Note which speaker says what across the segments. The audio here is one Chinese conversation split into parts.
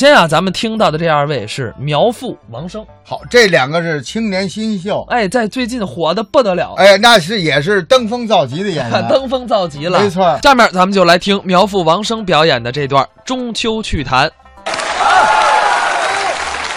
Speaker 1: 先啊，咱们听到的这二位是苗阜、王声，
Speaker 2: 好，这两个是青年新秀，
Speaker 1: 哎，在最近火的不得了，
Speaker 2: 哎，那是也是登峰造极的演 员。
Speaker 1: 登峰造极了。
Speaker 2: 没错
Speaker 1: 下面咱们就来听苗阜、王声表演的这段《中秋趣谈》。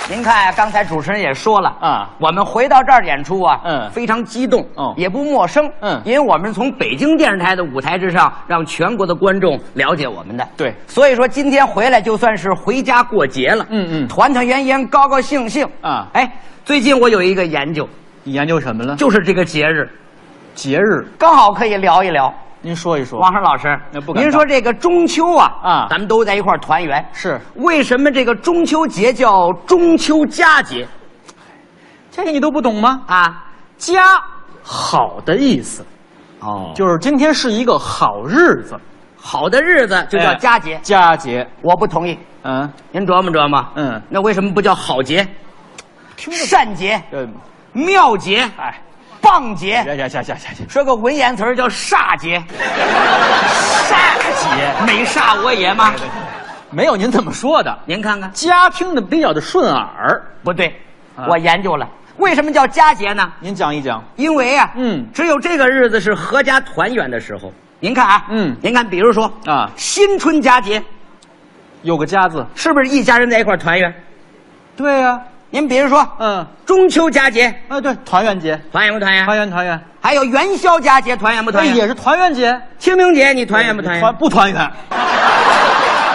Speaker 3: 您看、啊，刚才主持人也说了
Speaker 4: 啊
Speaker 3: 我们回到这儿演出啊，
Speaker 4: 嗯
Speaker 3: 非常激动，
Speaker 4: 哦
Speaker 3: 也不陌生，
Speaker 4: 嗯
Speaker 3: 因为我们是从北京电视台的舞台之上，让全国的观众了解我们的，
Speaker 4: 对
Speaker 3: 所以说今天回来就算是回家过节了，
Speaker 4: 嗯嗯
Speaker 3: 团团圆圆，高高兴兴
Speaker 4: 啊
Speaker 3: 哎，最近我有一个研究，
Speaker 4: 你研究什么了？
Speaker 3: 就是这个节日，
Speaker 4: 节日，
Speaker 3: 刚好可以聊一聊。
Speaker 4: 您说一说。
Speaker 3: 王胜老师
Speaker 4: 那，不敢当
Speaker 3: 您说这个中秋啊，
Speaker 4: 啊
Speaker 3: 咱们都在一块儿团圆，
Speaker 4: 是
Speaker 3: 为什么这个中秋节叫中秋佳节
Speaker 4: 这个你都不懂吗？
Speaker 3: 啊？
Speaker 4: 家好的意思，
Speaker 3: 哦
Speaker 4: 就是今天是一个好日子，
Speaker 3: 好的日子就叫佳节。
Speaker 4: 哎佳节，
Speaker 3: 我不同意，
Speaker 4: 嗯，
Speaker 3: 您琢磨琢磨。
Speaker 4: 嗯
Speaker 3: 那为什么不叫好节、善节、
Speaker 4: 这，
Speaker 3: 妙节、
Speaker 4: 呃哎，
Speaker 3: 棒节？
Speaker 4: 下下下下下，
Speaker 3: 说个文言词儿叫煞节。煞节没煞我也吗？
Speaker 4: 没有您这么说的。
Speaker 3: 您看看，
Speaker 4: 家听的比较的顺耳，
Speaker 3: 不对，
Speaker 4: 啊
Speaker 3: 我研究了，为什么叫佳节呢？
Speaker 4: 您讲一讲。
Speaker 3: 因为啊，
Speaker 4: 嗯
Speaker 3: 只有这个日子是合家团圆的时候。您看啊，
Speaker 4: 嗯
Speaker 3: 您看，比如说
Speaker 4: 啊
Speaker 3: 新春佳节，
Speaker 4: 有个家字，
Speaker 3: 是不是一家人在一块儿团圆？
Speaker 4: 对呀、
Speaker 3: 您比如说，
Speaker 4: 嗯，
Speaker 3: 中秋佳节
Speaker 4: 哎对，团圆节，
Speaker 3: 团圆不团圆？哎
Speaker 4: 团圆团圆，
Speaker 3: 还有元宵佳节团圆不
Speaker 4: 那
Speaker 3: 团圆？
Speaker 4: 也是团圆节，
Speaker 3: 清明节你团圆不团圆？
Speaker 4: 团不团圆？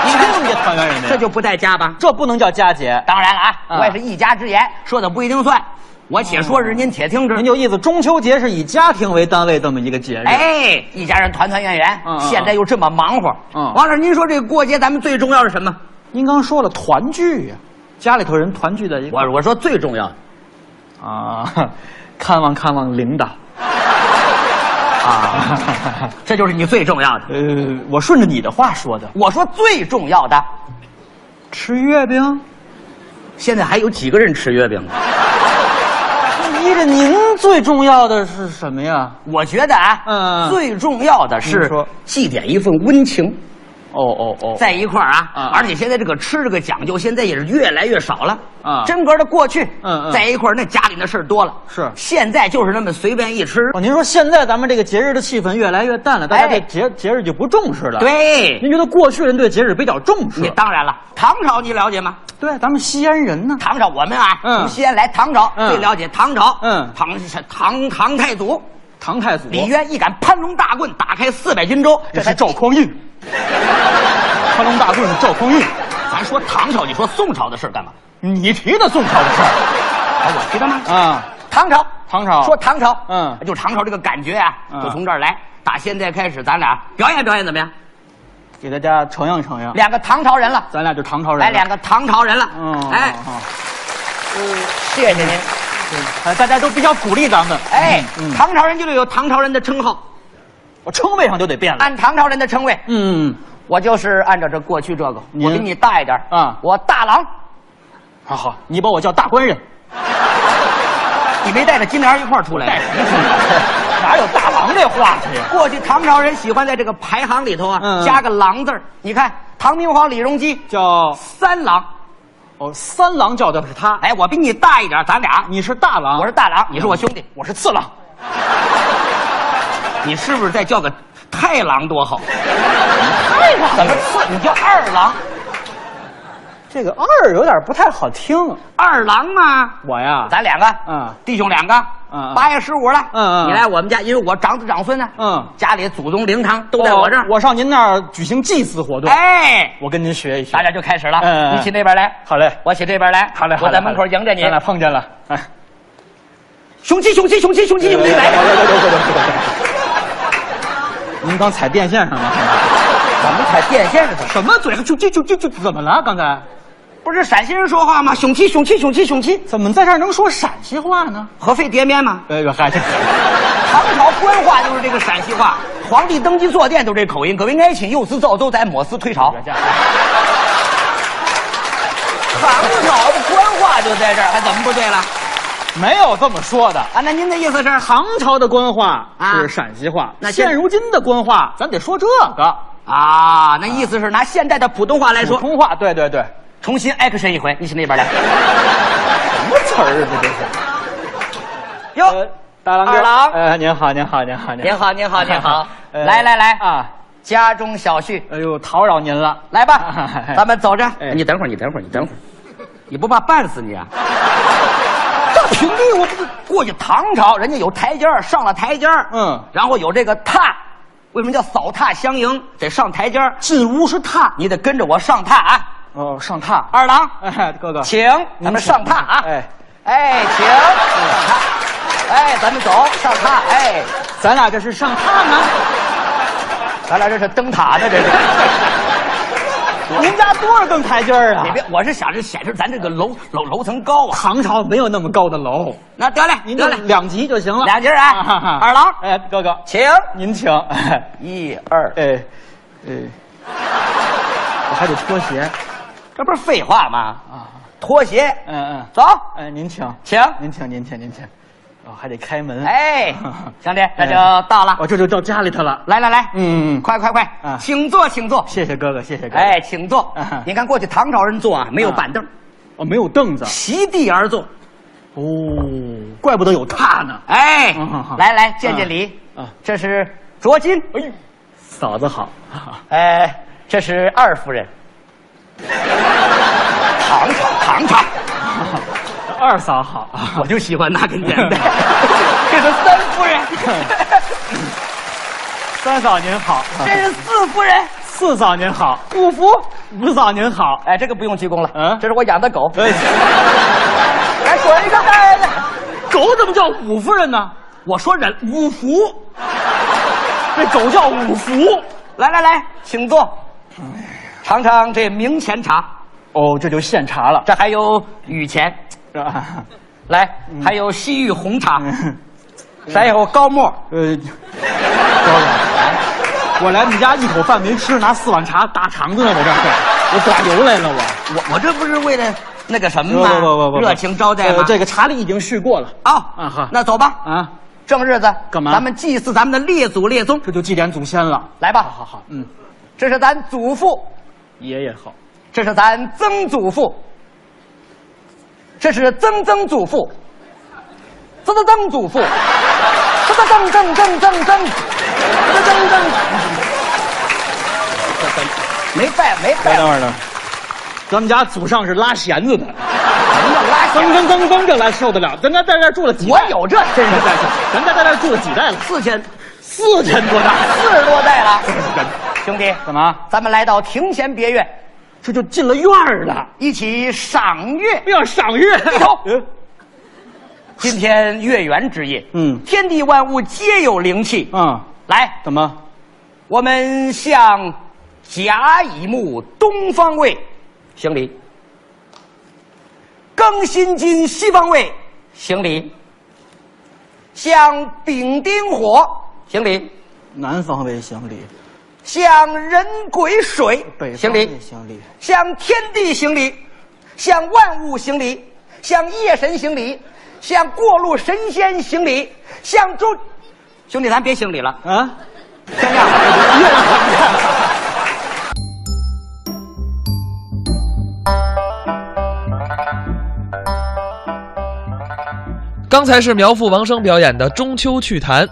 Speaker 3: 你看
Speaker 4: 清明节团圆什么呀
Speaker 3: 这就不带家吧？
Speaker 4: 这不能叫佳节。
Speaker 3: 当然了啊，
Speaker 4: 啊
Speaker 3: 我也是一家之言，说的不一定算，我且说是您且听之
Speaker 4: 您。就意思中秋节是以家庭为单位这么一个节日。
Speaker 3: 哎，一家人团团圆圆
Speaker 4: 嗯嗯，嗯
Speaker 3: 现在又这么忙活。
Speaker 4: 嗯
Speaker 3: 王老师，您说这个过节咱们最重要是什么？
Speaker 4: 您刚说了团聚呀、家里头人团聚在一块
Speaker 3: 我我说最重要的
Speaker 4: 儿啊，看望看望领导。
Speaker 3: 啊，这就是你最重要的。
Speaker 4: 呃，我顺着你的话说的，
Speaker 3: 我说最重要的，
Speaker 4: 吃月饼，
Speaker 3: 现在还有几个人吃月饼呢？
Speaker 4: 依着您最重要的是什么呀？
Speaker 3: 我觉得啊，
Speaker 4: 嗯嗯
Speaker 3: 最重要的
Speaker 4: 您
Speaker 3: 是
Speaker 4: 说
Speaker 3: 祭奠一份温情。
Speaker 4: 哦哦哦，
Speaker 3: 在一块儿啊，
Speaker 4: 啊
Speaker 3: 而且现在这个吃这个讲究，现在也是越来越少了
Speaker 4: 啊
Speaker 3: 真格的过去，
Speaker 4: 嗯嗯
Speaker 3: 在一块儿那家里那事儿多了，
Speaker 4: 是
Speaker 3: 现在就是那么随便一吃，
Speaker 4: 哦，您说现在咱们这个节日的气氛越来越淡了，大家对节、节日就不重视了。，
Speaker 3: 哎对，
Speaker 4: 您觉得过去人对节日比较重视？
Speaker 3: 你当然了，唐朝你了解吗？
Speaker 4: 对，咱们西安人呢？
Speaker 3: 唐朝我们啊，
Speaker 4: 嗯
Speaker 3: 从西安来唐朝
Speaker 4: 嗯
Speaker 3: 最了解唐朝，
Speaker 4: 嗯
Speaker 3: 唐是唐唐太祖
Speaker 4: 唐太祖
Speaker 3: 李渊一杆攀龙大棍打开四百军州，这
Speaker 4: 也是
Speaker 3: 才
Speaker 4: 赵匡 胤，宽龙大棍是赵匡胤，
Speaker 3: 咱说唐朝，你说宋朝的事儿干嘛？
Speaker 4: 你提的宋朝的事儿
Speaker 3: 啊我提的吗？
Speaker 4: 啊？
Speaker 3: 唐朝，
Speaker 4: 唐朝
Speaker 3: 说唐朝，
Speaker 4: 嗯
Speaker 3: 就唐朝这个感觉啊，
Speaker 4: 嗯
Speaker 3: 就从这儿来。打现在开始，咱俩表演表演怎么样？
Speaker 4: 嗯给大家承认承认，
Speaker 3: 两个唐朝人了，
Speaker 4: 咱俩就唐朝人了。
Speaker 3: 哎，两个唐朝人了，
Speaker 4: 嗯，
Speaker 3: 哎
Speaker 4: 哎，，
Speaker 3: 谢谢您，
Speaker 4: 哎，大家都比较鼓励咱们。
Speaker 3: 哎，
Speaker 4: 嗯，嗯
Speaker 3: 唐朝人就得有唐朝人的称号，
Speaker 4: 我称谓上就得变了。
Speaker 3: 按唐朝人的称谓，
Speaker 4: 嗯，
Speaker 3: 我就是按照这过去这个，
Speaker 4: 您
Speaker 3: 我比你大一点
Speaker 4: 啊
Speaker 3: 我大郎，
Speaker 4: 好好，你把我叫大官人，
Speaker 3: 你没带着金莲一块儿出来
Speaker 4: 带
Speaker 3: 的
Speaker 4: 什。么金 莲哪有大郎这话去呀？
Speaker 3: 过去唐朝人喜欢在这个排行里头啊
Speaker 4: 嗯嗯
Speaker 3: 加个郎字儿，你看唐明皇李隆基
Speaker 4: 叫
Speaker 3: 三郎，
Speaker 4: 哦，三郎叫的是他，
Speaker 3: 哎，我比你大一点，咱俩，
Speaker 4: 你是大郎，
Speaker 3: 我是大郎，你是我兄弟，
Speaker 4: 我是次郎，
Speaker 3: 你是不是再叫个太郎多好？太郎怎么次？你叫二郎，
Speaker 4: 这个二有点不太好听。
Speaker 3: 二郎嘛，
Speaker 4: 我呀，
Speaker 3: 咱两个，
Speaker 4: 嗯
Speaker 3: 弟兄两个，
Speaker 4: 嗯嗯
Speaker 3: 八月十五了，
Speaker 4: 嗯嗯
Speaker 3: 你来我们家，因为我长子长孙呢，
Speaker 4: 嗯
Speaker 3: 家里祖宗灵堂都在我这儿，
Speaker 4: 我上您那儿举行祭祀活动，
Speaker 3: 哎，
Speaker 4: 我跟您学一学
Speaker 3: 大。家就开始了，
Speaker 4: 嗯嗯嗯
Speaker 3: 你起那边来，
Speaker 4: 好嘞
Speaker 3: 我起这边来，
Speaker 4: 好嘞，好嘞
Speaker 3: 我在门口迎着你啊
Speaker 4: 咱，俩碰见了，哎，
Speaker 3: 雄鸡，雄鸡，雄鸡，雄鸡，雄鸡来，
Speaker 4: 您刚踩电线上了？
Speaker 3: 怎么踩电线上？
Speaker 4: 什么嘴？啊就就就就就怎么了？刚才
Speaker 3: 不是陕西人说话吗？雄鸡，雄鸡，雄鸡，雄鸡，
Speaker 4: 怎么在这儿能说陕西话呢？
Speaker 3: 合肥叠面吗？
Speaker 4: 哎呦，嗨，这
Speaker 3: 唐朝官话就是这个陕西话，皇帝登基坐殿都这口音，各位爱卿幼时早奏在莫斯退朝。唐朝的官话就在这儿，还怎么不对了？
Speaker 4: 没有这么说的。
Speaker 3: 啊，那您的意思是？
Speaker 4: 唐朝的官话
Speaker 3: 啊
Speaker 4: 是陕西话，
Speaker 3: 那现
Speaker 4: 现如今的官话咱得说这个
Speaker 3: 啊，那意思是拿现代的普通话来
Speaker 4: 普
Speaker 3: 说，
Speaker 4: 通话。对对对，
Speaker 3: 重新 action 一回，你从那边来。
Speaker 4: 什么词儿啊？这都是。呃
Speaker 3: 哟，
Speaker 4: 大郎哥，
Speaker 3: 二郎
Speaker 4: 呃，您好，您好，您好，，
Speaker 3: 您好，您好，您好
Speaker 4: 呃
Speaker 3: 来来来
Speaker 4: 啊！
Speaker 3: 家中小婿，
Speaker 4: 哎呦，叨扰您了，
Speaker 3: 来吧，咱们走着。
Speaker 4: 哎
Speaker 5: 啊你等会儿，你等会儿，你等会儿，你不怕绊死你啊？
Speaker 3: 这平地我不过去唐朝，人家有台阶儿上了台阶儿
Speaker 4: 嗯
Speaker 3: 然后有这个踏，为什么叫扫踏相迎？得上台阶儿
Speaker 4: 进屋是踏，
Speaker 3: 你得跟着我上踏啊，
Speaker 4: 哦，上踏。
Speaker 3: 二郎，
Speaker 4: 哎，哥哥，
Speaker 3: 请咱们上踏啊，
Speaker 4: 哎，
Speaker 3: 哎，请上踏，哎，咱们走上踏，哎，
Speaker 4: 咱俩这是上踏
Speaker 5: 哎
Speaker 4: 呢？
Speaker 3: 咱俩这是灯塔呢，这 是。
Speaker 4: 您家多少根台阶儿啊
Speaker 3: 你？别，我是想着显示咱这个楼楼楼层高啊。
Speaker 4: 唐朝没有那么高的楼，
Speaker 3: 那得嘞，
Speaker 4: 您
Speaker 3: 得
Speaker 4: 就
Speaker 3: 嘞，
Speaker 4: 两级就行了。
Speaker 3: 两级儿哎
Speaker 4: 啊哈哈
Speaker 3: 二郎
Speaker 4: 哎，哥哥，
Speaker 3: 请
Speaker 4: 您请。哎，
Speaker 3: 一二，
Speaker 4: 哎，我还得脱鞋。
Speaker 3: 这不是废话吗？
Speaker 4: 啊，
Speaker 3: 脱鞋，
Speaker 4: 嗯嗯，
Speaker 3: 走，
Speaker 4: 哎，您请，
Speaker 3: 请。
Speaker 4: 您请，您请，您请。哦，还得开门。，
Speaker 3: 哎 兄弟，那就到了。
Speaker 4: 嗯我这就到家里头了。
Speaker 3: 来来来，
Speaker 4: 嗯嗯嗯
Speaker 3: 快快
Speaker 4: 啊
Speaker 3: 快，请坐，请坐。
Speaker 4: 谢谢哥哥，谢谢哥哥。
Speaker 3: 哎，，请坐
Speaker 4: 啊。
Speaker 3: 你看过去唐朝人坐啊，没有板凳，
Speaker 4: 哦，没有凳子。
Speaker 3: 席地而坐。
Speaker 4: 哦，怪不得有榻呢。
Speaker 3: 哎
Speaker 4: 嗯好好，
Speaker 3: 来来，见见礼。
Speaker 4: 啊，
Speaker 3: 这是卓金，
Speaker 4: 哎嫂子好。
Speaker 3: 哎，这是二夫 人。唐朝，唐朝，
Speaker 4: 二嫂好。
Speaker 3: 我就喜欢那根烟 的。这是三夫人，
Speaker 4: 三嫂您好。
Speaker 3: 这是四夫人。
Speaker 4: 四嫂您好。五福。五嫂您好。
Speaker 3: 哎，这个不用鞠躬了，
Speaker 4: 嗯
Speaker 3: 这是我养的狗。
Speaker 4: 哎，
Speaker 3: 来，滚一个！哎
Speaker 4: 狗怎么叫五夫人呢？
Speaker 3: 我说人五福，
Speaker 4: 这狗叫五福。
Speaker 3: 来来来，请坐，尝尝这明前茶，
Speaker 4: 哦，这就现查了，
Speaker 3: 这还有雨前，
Speaker 4: 是吧？
Speaker 3: 来，还有西域红茶，
Speaker 4: 嗯
Speaker 3: 还有高沫。
Speaker 4: 呃，高老，我来你家一口饭没吃，拿四碗茶大肠子呢，我这是，我打油来了，我。
Speaker 3: 我我这不是为了那个什么
Speaker 4: 不
Speaker 3: 吗？
Speaker 4: 不不不，
Speaker 3: 热情招待吗？
Speaker 4: 我呃这个茶里已经续过了
Speaker 3: 呃啊
Speaker 4: 啊哈
Speaker 3: 那走吧，
Speaker 4: 啊，
Speaker 3: 正日子
Speaker 4: 干嘛
Speaker 3: 咱们祭祀咱们的列祖列宗，
Speaker 4: 这就祭奠祖先了。
Speaker 3: 来吧。
Speaker 4: 好，好，嗯，
Speaker 3: 这是咱祖父，
Speaker 4: 爷爷好，
Speaker 3: 这是咱曾祖父，这是曾曾祖父，曾曾曾祖父，曾曾曾曾曾曾曾曾曾曾，没拜没
Speaker 4: 等
Speaker 3: 拜，
Speaker 4: 等会儿呢，咱们家祖上是拉弦 子的，
Speaker 3: 什么叫拉
Speaker 4: 噔
Speaker 3: 弦？
Speaker 4: 噔噔噔，这来受得了？咱家在这儿住了几代？
Speaker 3: 我有这
Speaker 4: 真是在这儿，咱家在这儿住了几代了？
Speaker 3: 四千
Speaker 4: 四千多代。
Speaker 3: 四十多代了，兄弟，
Speaker 4: 干嘛？
Speaker 3: 咱们来到庭前别院，
Speaker 4: 这就进了院儿了，
Speaker 3: 一起赏月。
Speaker 4: 要赏月。
Speaker 3: 低头今天月圆之夜，
Speaker 4: 嗯
Speaker 3: 天地万物皆有灵气。
Speaker 4: 嗯，
Speaker 3: 来，
Speaker 4: 怎么？
Speaker 3: 我们向甲乙木东方位行礼，庚辛金西方位行礼，向丙丁火行礼，
Speaker 4: 南方为行礼，
Speaker 3: 向人癸水
Speaker 4: 北
Speaker 3: 行
Speaker 4: 方
Speaker 3: 礼，
Speaker 4: 为行礼，
Speaker 3: 向天地行礼，向万物行礼，向夜神行礼，向过路神仙行礼，向诸兄弟，咱别行礼了，
Speaker 4: 啊，
Speaker 3: 先这样吧。
Speaker 1: 刚才是苗阜王声表演的《中秋趣谈》。